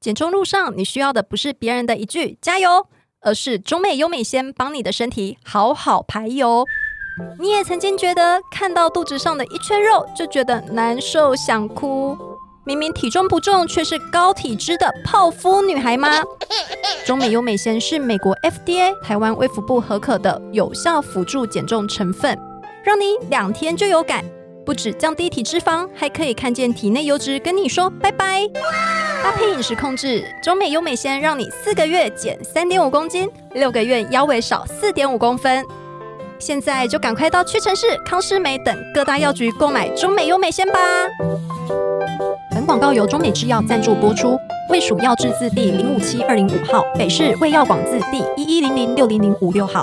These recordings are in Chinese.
减重路上，你需要的不是别人的一句“加油”，而是中美优美先帮你的身体好好排油。你也曾经觉得看到肚子上的一圈肉就觉得难受想哭，明明体重不重却是高体脂的泡芙女孩吗？中美优美鲜是美国 FDA 台湾卫福部合可的有效辅助减重成分，让你两天就有感，不止降低体脂肪，还可以看见体内油脂跟你说拜拜。搭配饮食控制，中美优美鲜让你四个月减三点五公斤，六个月腰围少四点五公分。现在就赶快到屈臣氏、康诗美等各大药局购买中美优美鲜吧。本广告由中美制药赞助播出，卫署药字字第零五七二零五号，北市卫药广字第一一零零六零零五六号。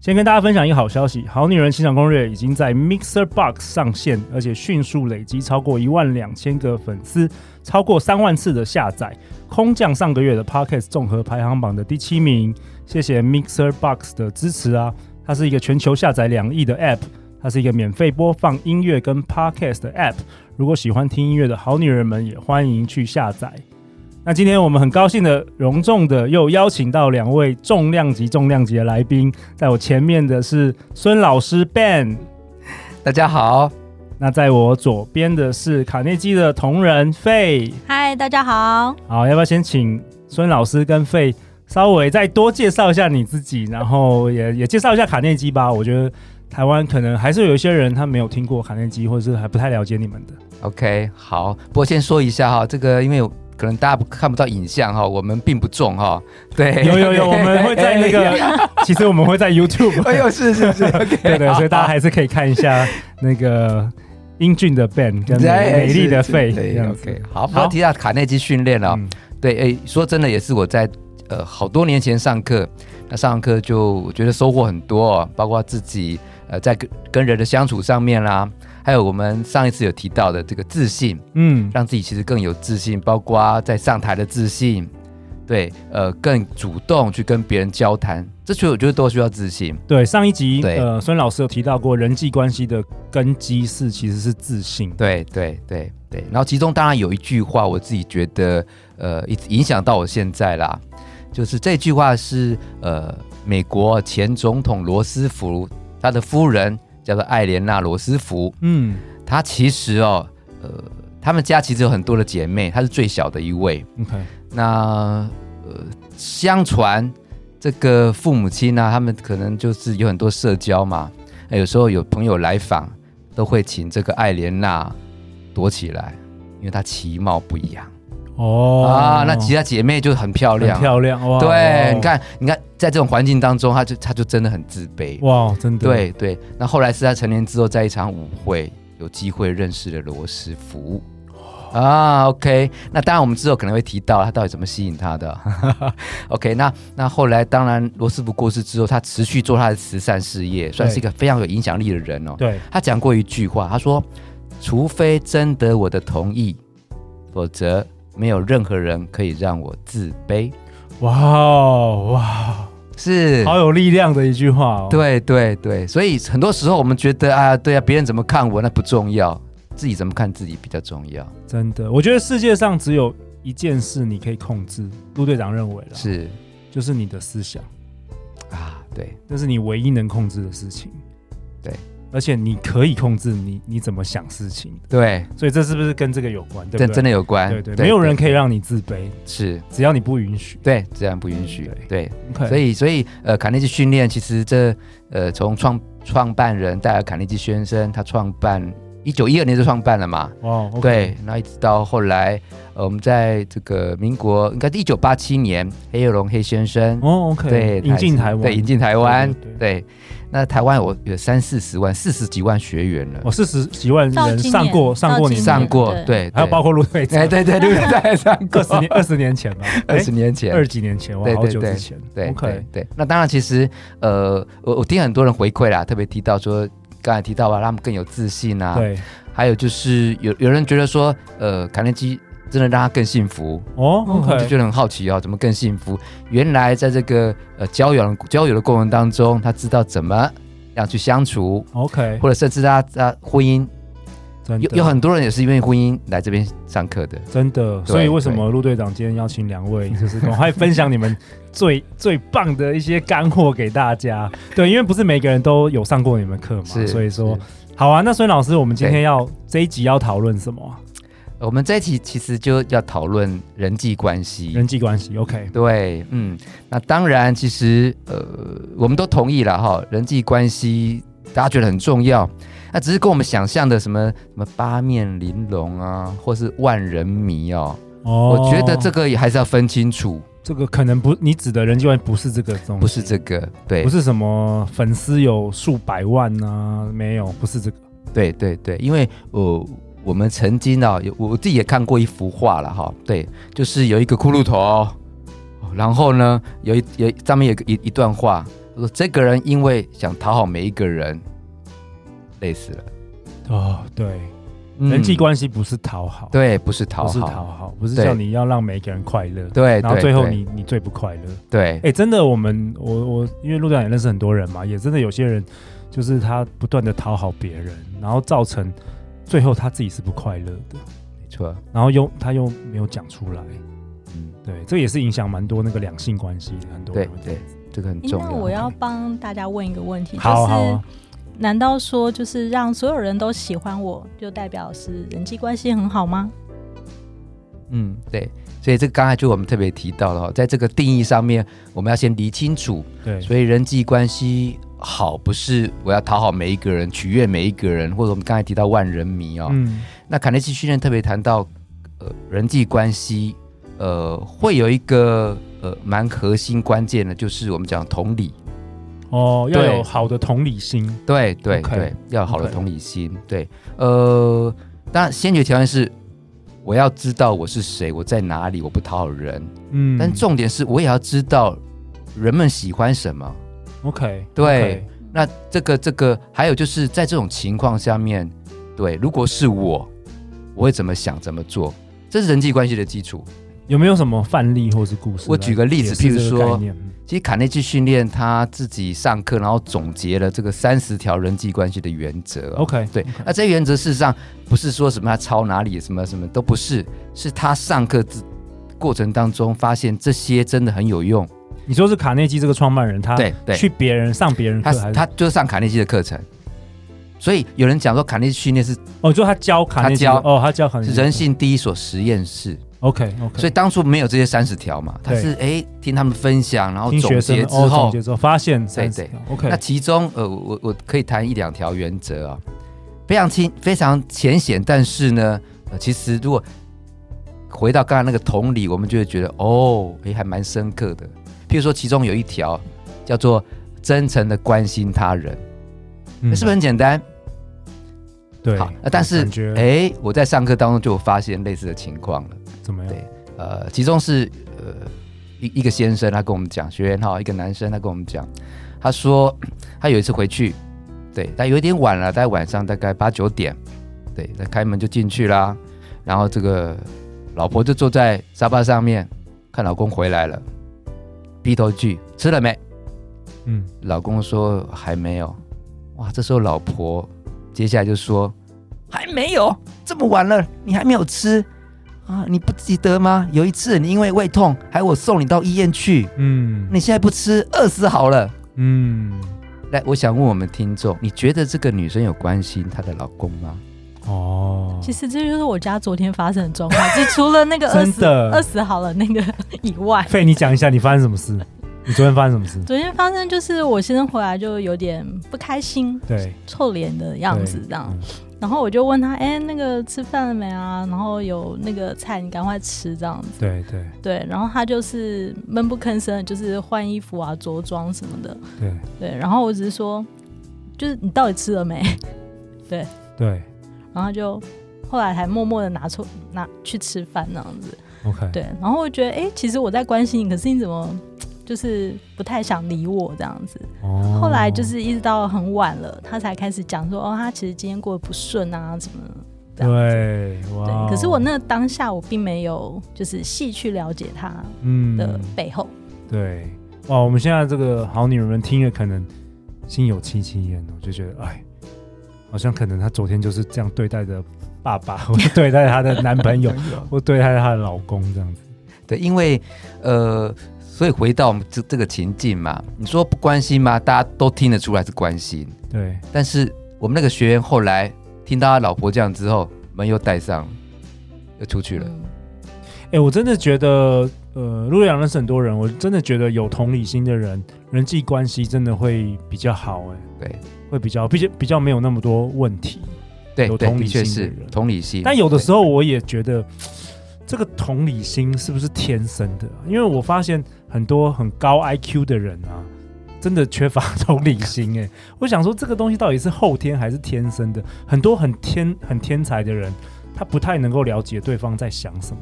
先跟大家分享一个好消息，《好女人情场攻略》已经在 Mixer Box 上线，而且迅速累积超过一万两千个粉丝，超过三万次的下载，空降上个月的 Podcast 综合排行榜的第七名。谢谢 Mixer Box 的支持啊！它是一个全球下载两亿的 App，它是一个免费播放音乐跟 Podcast 的 App。如果喜欢听音乐的好女人们，也欢迎去下载。那今天我们很高兴的、隆重的又邀请到两位重量级、重量级的来宾，在我前面的是孙老师 Ben，大家好，那在我左边的是卡内基的同仁费。嗨，大家好，好，要不要先请孙老师跟费稍微再多介绍一下你自己，然后也 也介绍一下卡内基吧？我觉得台湾可能还是有一些人他没有听过卡内基，或者是还不太了解你们的。 OK，好，不过先说一下哈，这个因为可能大家不看不到影像哈，我们并不重哈，对，有有有，我们会在那个，其实我们会在 YouTube， 哎呦是 是是，OK， 对对，好所以大家还是可以看一下那个英俊的 Ben 跟美美丽的费这哎对样，OK，子。好，我要提到卡内基训练了，嗯对，哎，说真的也是我在呃好多年前上课，那上课就我觉得收获很多、哦，包括自己呃在跟跟人的相处上面啦，还有我们上一次有提到的这个自信，嗯，让自己其实更有自信，包括在上台的自信，对，呃，更主动去跟别人交谈，这其实我觉得都需要自信。对，上一集对呃孙老师有提到过，人际关系的根基是其实是自信。对对对对，然后其中当然有一句话，我自己觉得呃影影响到我现在啦，就是这句话是呃美国前总统罗斯福他的夫人叫做艾莲娜罗斯福，嗯她其实哦呃他们家其实有很多的姐妹，她是最小的一位， ，OK，那呃，相传这个父母亲呢、他们可能就是有很多社交嘛，那有时候有朋友来访，都会请这个艾莲娜躲起来，因为她其貌不扬、哦啊。那其他姐妹就很漂很亮，漂亮哇！对，你看，你看，在这种环境当中，她就她就真的很自卑。哇，真的，对对，那后来是她成年之后，在一场舞会有机会认识了罗斯福。啊，OK，那当然我们之后可能会提到他到底怎么吸引他的。OK，那那后来当然罗斯福过世之后，他持续做他的慈善事业，算是一个非常有影响力的人哦。对，他讲过一句话，他说：“除非征得我的同意，否则没有任何人可以让我自卑。哇哦哇，”是，好有力量的一句话哦。对对对，所以很多时候我们觉得啊，对啊，别人怎么看我那不重要，自己怎么看自己比较重要。真的，我觉得世界上只有一件事你可以控制，陆队长认为了，是就是你的思想，啊，对那是你唯一能控制的事情。对，而且你可以控制你你怎么想事情，对，所以这是不是跟这个有关？对这不对？真的有关。对对，没有人可以让你自卑，是，只要你不允许。对，这样不允许。嗯对， OK 所以所以呃，卡内基训练其实这呃，从创创办人戴尔·卡内基先生他创办。一九一二年就创办了嘛。哇，对，那一直到后来，呃，我们在这个民国应该是一九八七年，黑夜龙黑先生，哦，OK，对，引进他台湾，对，引进台湾，对对对。那台湾我有三四十万、四十几万学员了，哦，四十几万到人今上过年上到过今你年上过，对，还有对包括陆队长哎，，对对，陆队长也上过二十年二十年前吧， 二十年前，二几年前，哇，对好对久对之前，对 OK，对对。那当然，其实呃，我我听很多人回馈啦，特别提到说，刚才提到啊，他们更有自信啊。对，还有就是有有人觉得说，呃，卡内基真的让他更幸福。哦就，OK，觉得很好奇哦，怎么更幸福？原来在这个呃交友交友的过程当中，他知道怎么样去相处， OK，或者甚至他他婚姻，真有的有很多人也是因为婚姻来这边上课的。真的，所以为什么陆队长今天邀请两 位，就是赶快分享你们最最棒的一些干货给大家？对，因为不是每个人都有上过你们课嘛，是，所以说是，好啊。那孙老师，我们今天对要这一集要讨论什么啊？呃我们这一期其实就要讨论人际关系。人际关系，OK，对，嗯，那当然，其实呃，我们都同意了哈，人际关系大家觉得很重要，那只是跟我们想象的什么什么八面玲珑啊，或是万人迷哦，哦我觉得这个也还是要分清楚，这个可能不，你指的人际关系不是这个东西，不是这个，对不，是什么粉丝有数百万啊，没有，不是这个。对对对，因为呃，我们曾经啊，有我我自己也看过一幅画了哈，对，就是有一个骷髅头，然后呢，有一有上面有一个一一段话，他说这个人因为想讨好每一个人，累死了，哦，对，嗯人际关系不是讨好，对，不是讨不是好，讨好，不是对叫你要让每一个人快乐，对，然后哎对最后对你你最不快乐。对哎、真的，我们我我因为陆队长也认识很多人嘛，也真的有些人就是他不断的讨好别人，然后造成最后他自己是不快乐的，没错，然后又他又没有讲出来，嗯，对，这也是影响蛮多那个两性关系的，很多对人会这对样子，这个很诶重要。嗯那我要帮大家问一个问题，就好好、是啊，难道说就是让所有人都喜欢我，就代表是人际关系很好吗？哦嗯，对，所以这个刚才就我们特别提到了哈，在这个定义上面，我们要先理清楚。对，所以人际关系好不是我要讨好每一个人、取悦每一个人，或者我们刚才提到万人迷哦。嗯，那卡内基训练特别谈到，呃，人际关系，呃，会有一个呃蛮核心关键的，就是我们讲同理。哦，要对有好的同理心，对对 OK，对，要有好的 OK 同理心。对，呃，当然先决条件是我要知道我是谁，我在哪里，我不讨好人。嗯，但重点是我也要知道人们喜欢什么。 OK，对那这个这个，还有就是在这种情况下面，对，如果是我，我会怎么想怎么做？这是人际关系的基础。有没有什么范例或是故事来解释这个概念？我举个例子譬如说嗯其实卡内基训练他自己上课，然后总结了这个三十条人际关系的原则哦。 ，OK，对，那这些原则事实上不是说什么他抄哪里什么什么都不是，是他上课之过程当中发现这些真的很有用。你说是卡内基这个创办人，他对对，去别人上别啊人课他还是他就上卡内基的课程，所以有人讲说卡内基训练是哦，就他教卡内基他教哦，他教卡内是基人性第一所实验室。 OK OK，所以当初没有这些三十条嘛，他对是哎听他们分享，然后听总学结生之的哦后总，结之后发现三十对条 OK，那其中呃我我可以谈一两条原则啊，非常清非常浅显，但是呢，呃其实如果回到刚才那个同理，我们就会觉得哦，哎还蛮深刻的。譬如说其中有一条叫做真诚的关心他人，嗯是不是很简单？对好，呃但是感觉哎我在上课当中就有发现类似的情况了。怎么样？对呃，其中是呃一一个先生，他跟我们讲，学员哈，一个男生，他跟我们讲，他说他有一次回去，对，但有一点晚了，大概晚上大概八九点，对，那开门就进去啦，然后这个老婆就坐在沙发上面看老公回来了，劈头一句吃了没？嗯，老公说还没有，哇，这时候老婆接下来就说还没有，这么晚了你还没有吃啊？你不记得吗？有一次你因为胃痛，还我送你到医院去，嗯你现在不吃，饿死好了。嗯，来，我想问我们听众，你觉得这个女生有关心她的老公吗？哦，其实这就是我家昨天发生的 状况，就除了那个二真十二的，十好了那个以外，费你讲一下你发生什么事？你昨天发生什么 事？昨天发生就是我先生回来就有点不开心、对，臭脸的样子对这样，嗯然后我就问他，哎、那个吃饭了没啊？然后有那个菜，你赶快吃这样子。对对对，然后他就是闷不吭声，就是换衣服啊、着装什么的。对对，然后我只是说，就是你到底吃了没？对然后他就后来还默默的拿出拿去吃饭那样子。 ，OK，对，然后我觉得，哎、其实我在关心你，可是你怎么就是不太想理我这样子？哦后来就是一直到很晚了，他才开始讲说，哦，他其实今天过得不顺啊，怎么这样子。对，对哇，哦可是我那当下我并没有就是细去了解他嗯的背后，对，哇，我们现在这个好女人们听了可能心有戚戚焉哦，就觉得哎，好像可能她昨天就是这样对待的爸 爸，或者对待她的男朋友，或对待她的老公这样子。对，因为呃，所以回到我们这这个情境嘛，你说不关心吗？大家都听得出来是关心，对，但是我们那个学员后来听到他老婆这样之后，门又带上了，又出去了。嗯，哎，我真的觉得，呃，陆阳认识很多人，我真的觉得有同理心的人，人际关系真的会比较好，哎，对，会比较，比较比较没有那么多问题。对有对，同理的确心的是人同理心。但有的时候我也觉得，这个同理心是不是天生的啊、因为我发现很多很高 IQ 的人啊，真的缺乏同理心、欸。哎，我想说这个东西到底是后天还是天生的？很多很天很天才的人，他不太能够了解对方在想什么，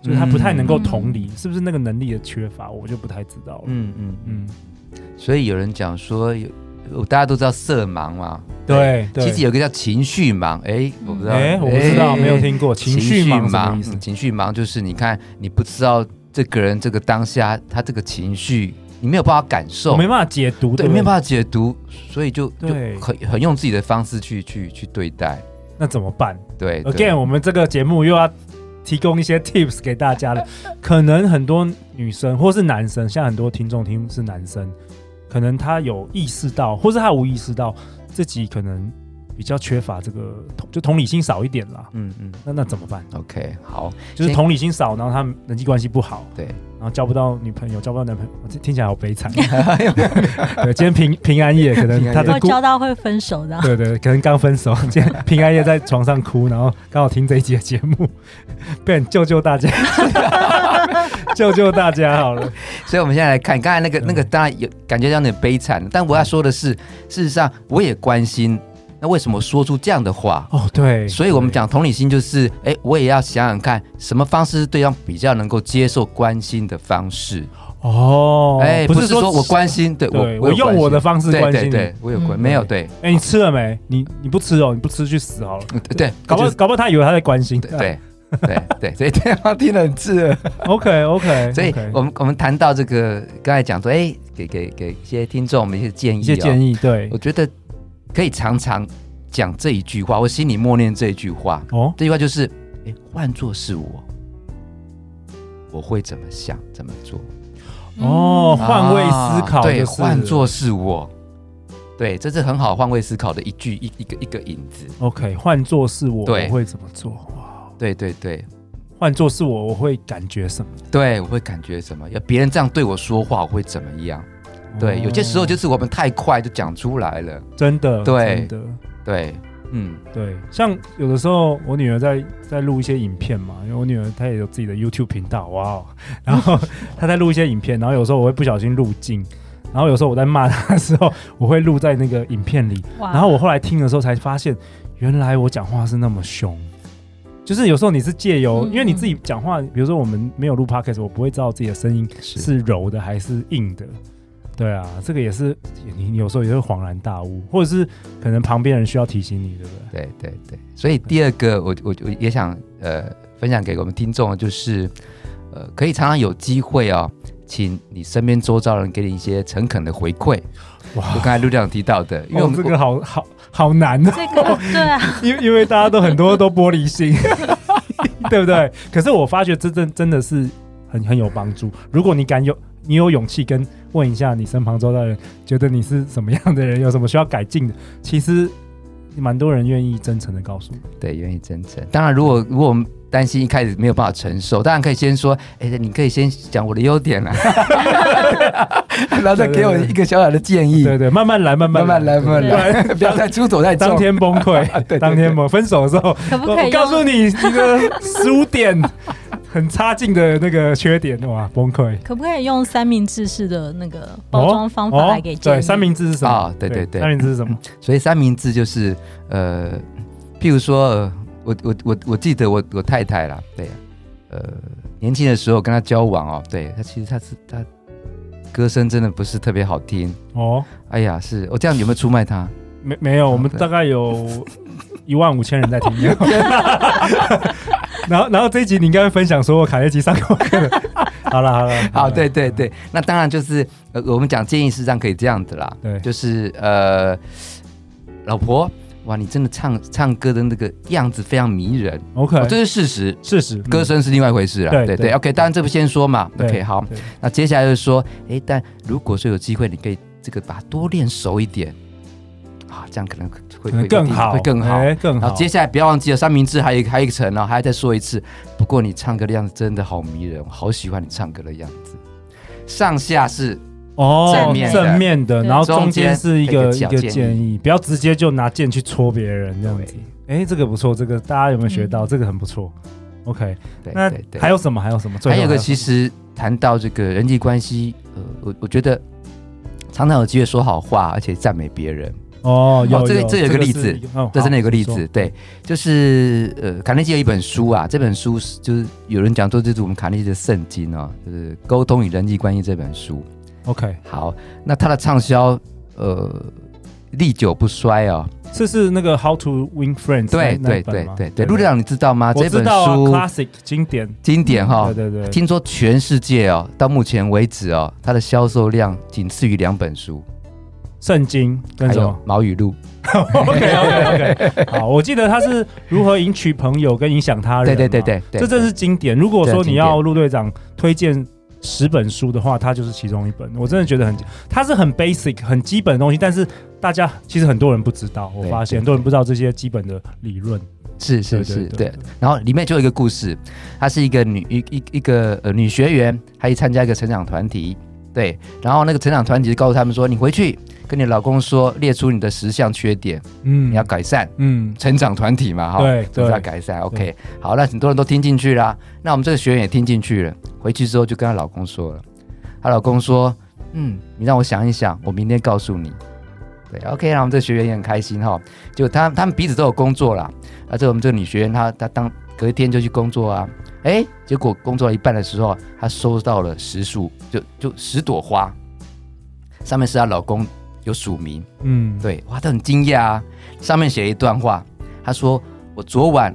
就是他不太能够同理，是不是那个能力的缺乏？我就不太知道了。嗯嗯嗯嗯，嗯，所以有人讲说有。大家都知道色盲嘛，对哎对。其实有个叫情绪盲，哎，我不知道，哎，我不知道，没有听过情绪盲情什么意思嗯？情绪盲就是你看，你不知道这个人这个当下他这个情绪，你没有办法感我受，没办法解读，对，不没有办法解读，所以就就对很很用自己的方式去去去对待，那怎么办？对对 Again，我们这个节目又要提供一些 tips 给大家了。 可能很多女生或是男生，像很多听众听是男生，可能他有意识到，或是他无意识到自己可能比较缺乏这个同，就同理心少一点啦。嗯嗯那那怎么办？ ，OK，好，就是同理心少，然后他们人际关系不好，对，然后交不到女朋友，交不到男朋友，我这听起来好悲 惨。对，今天平平安夜，可能平安夜他的会故教到会分手的， 啊对对，可能刚分手， 今天平安夜在床上哭，然后刚好听这一集的节目，不然救救大家， 救救大家好了。所以我们现在来看，刚才那个嗯那个当然有感觉到有点悲惨，但我要说的是，事实上我也关心，那为什么说出这样的话？ 哦，对，所以我们讲同理心就是，哎，我也要想想看，什么方式是对方比较能够接受关心的方式。哦，哎，不是说我关，关心，对对我我用我的方式对关对心对你。，我有关嗯没有对哎，你吃了没？你你不吃哦，你不吃去死好了。嗯对，搞不好就是搞不好他以为他在关心。对对。对对，所以 对方听得很刺耳。 ，OK OK，所以我们我们谈到这个，刚才讲说，哎，给给给一些听众我们一些建议、哦，一些建议，对我，觉得可以常常讲这一句话，我心里默念这一句话。哦，这句话就是：哎，换作是我，我会怎么想，怎么做？哦换位思考啊对，就是换作是我，对，这是很好换位思考的一句一一个一个引子。 ，OK，换做是我，对我会怎么做？哇，对对对换做是我，我会感觉什么？对，我会感觉什么？要别人这样对我说话，我会怎么样？对，有些时候哦就是我们太快就讲出来了。真的，对真的。对，嗯，对，像有的时候我女儿在在录一些影片嘛，因为我女儿她也有自己的 YouTube 频道，哇、哦， 然后她在录一些影片，然后有时候我会不小心录进，然后有时候我在骂她的时候，我会录在那个影片里， 哇然后我后来听的时候才发现，原来我讲话是那么凶。就是有时候你是借由，嗯因为你自己讲话，比如说我们没有录 podcast，我不会知道自己的声音是柔的还是硬的。对啊，这个也是你有时候也会恍然大悟，或者是可能旁边人需要提醒你，对不对？对对对，所以第二个我我我也想呃分享给我们听众的就是，呃，可以常常有机会哦，请你身边周遭人给你一些诚恳的回 馈。哇就刚才陆亮提到的，因为我哦，们、这个好好好难啊， 这个对啊，因为因为大家都很多都玻璃心， 对不对？可是我发觉这真真的是很很有帮助。如果你敢有你有勇气跟问一下你身旁周遭的人，觉得你是什么样的人，有什么需要改进的，其实蛮多人愿意真诚的告诉你。对，愿意真诚。当然，如果如果我们担心一开始没有办法承受，当然可以先说，哎、你可以先讲我的优点啊， 然后再给我一个小小的建议，对对，慢慢来，慢慢慢来，来，嗯慢慢来， 不要再出手太 重当。天崩溃， 对当天崩，分手的时候，可不我可以我告诉用？ 你一个十五点很差劲的那个缺点，哇，崩溃。可不可以用三明治式的那个包装方法来给建议？哦对，三明治是什么？啊对对对三明治是什 么？所以三明治就是呃，譬如说，呃我我我我记得我我太太啦，对，呃，年轻的时候跟她交往哦，对她其实她是她歌声真的不是特别好听，哦，哎呀，是我、这样有没有出卖她？没没有，我们对大概有一万五千人在 听。然后，然后这一集你应该会分享所有卡列基上过课 的。好了，好了，好，了对对对，啊那当然就是呃，我们讲建议事实上可以这样子啦，对就是呃，老婆，哇，你真的唱唱歌的那个样子非常迷人， ，OK，哦这是事实，事实歌声是另外一回事啦，对对对对，OK，当然这不先说嘛对，OK，好，对那接下来就是说，哎，但如果说有机会，你可以这个把它多练熟一点，啊，这样可能会可能更好，会更好。哎更然好。后接下来不要忘记了，三明治还有一还有一层哦，还要再说一次。不过你唱歌的样子真的好迷人，我好喜欢你唱歌的样子。上下是哦，正面的正面的，对然后中间是一个中一间个给个建建议，不要直接就拿剑去戳别人这样子。哎，这个不错，这个大家有没有学到？这个很不错。OK，嗯对那对对，还有什么？还有什么？最后还有个，什其实谈到这个人际关系，呃，我我觉得常常有机会说好话，而且赞美别人。么哦，有哦这个有这有个例子是一哦这真的有个例好你子，对，就是呃，卡内基有一本书啊，这本书是就是有人讲说这是我们卡内基的圣经哦，就是《沟通与人际关系》这本书。说 OK，好，那它的畅销呃历久不衰哦，这是那个 How to Win Friends 那对那对一本对吗对对，陆队长你知道吗？我这知本道啊书，classic 经典，经典哈、对对对，听说全世界哦，到目前为止哦，它的销售量仅次于两本书，圣经跟还什有么《毛语录》。 ？OK OK OK，好，我记得他是如何迎娶朋友跟影响他人，对对对。对对，这真是经典。如果对说经你典要陆队长推荐十本书的话，它就是其中一本。我真的觉得很，它是很 basic、很基本的东西，但是大家其实很多人不知道，我对发现对很多人不知道这些基本的理论。是是对是，对对。然后里面就有一个故事，她是一个女一一一个呃女学员，她去参加一个成长团体，对。然后那个成长团体就告诉他们说，你回去跟你老公说，列出你的十项缺点，嗯你要改善。嗯，成长团体嘛，哈，对就是要对改善。OK，好，那很多人都听进去啦。那我们这个学员也听进去了，回去之后就跟她老公说了，她老公说，嗯，你让我想一想，我明天告诉你。对，OK，那我们这个学员也很开心哈，就他他们彼此都有工作啦。而且我们这个女学员她她当隔天就去工作啊，哎，结果工作到一半的时候，她收到了十束，就就十朵花，上面是她老公有署名。嗯，对，哇，他很惊讶啊。上面写了一段话，他说：“我昨晚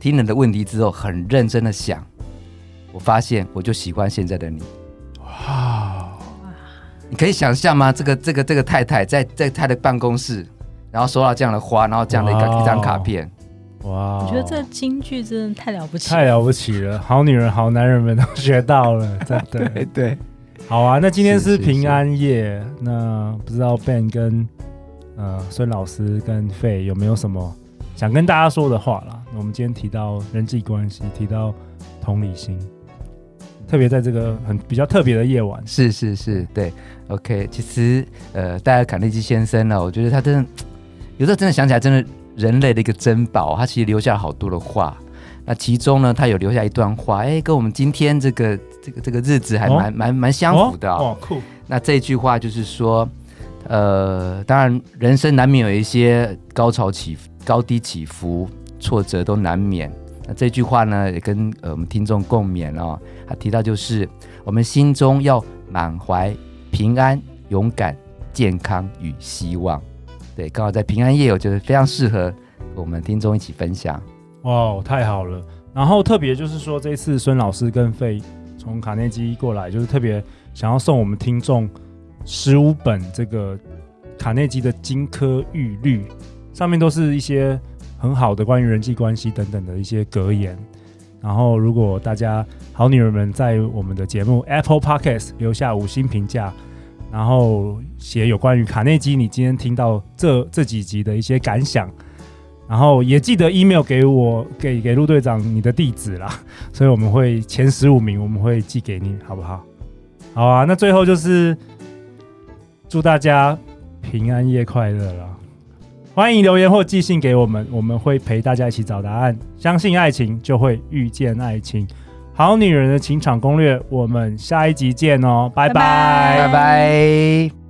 听了你的问题之后，很认真的想，我发现我就喜欢现在的你。”哇，哦你可以想象吗？这个这个这个太太在在她的办公室，然后收到这样的花，然后这样的一个哇哦一张卡片，哇，哦我觉得这京剧真的太了不起了太了不起了，好女人、好男人们都学到了，真 的。对，好啊，那今天是是是平安夜，那不知道 Ben 跟呃孙老师跟费有没有什么想跟大家说的话啦？我们今天提到人际关系，提到同理心，特别在这个很比较特别的夜晚，是是是，对，OK。其实呃，戴尔卡内基先生呢、我觉得他真的有时候真的想起来，真的人类的一个珍宝，他其实留下了好多的话。那其中呢，他有留下一段话，哎，跟我们今天这个这个这个日子还蛮、蛮蛮相符的、哦。哦，酷，那这句话就是说，呃，当然人生难免有一些高潮起伏、高低起伏，挫折都难免。那这句话呢，也跟呃我们听众共勉哦。他提到就是我们心中要满怀平安、勇敢、健康与希望。对，刚好在平安夜，我觉得非常适合我们听众一起分享。哇哦，太好了。然后特别就是说，这一次孙老师跟费从卡内基过来，就是特别想要送我们听众十五本这个卡内基的金科玉律，上面都是一些很好的关于人际关系等等的一些格言。然后，如果大家好女人们在我们的节目 Apple Podcast 留下五星评价，然后写有关于卡内基你今天听到这这几集的一些感想，然后也记得 email 给我给给陆队长你的地址啦， 所以我们会前十五名我们会寄给你，好不好？好啊，那最后就是祝大家平安夜快乐啦！欢迎留言或寄信给我们，我们会陪大家一起找答案。相信爱情，就会遇见爱情。好女人的情场攻略，我们下一集见哦，拜拜拜拜拜。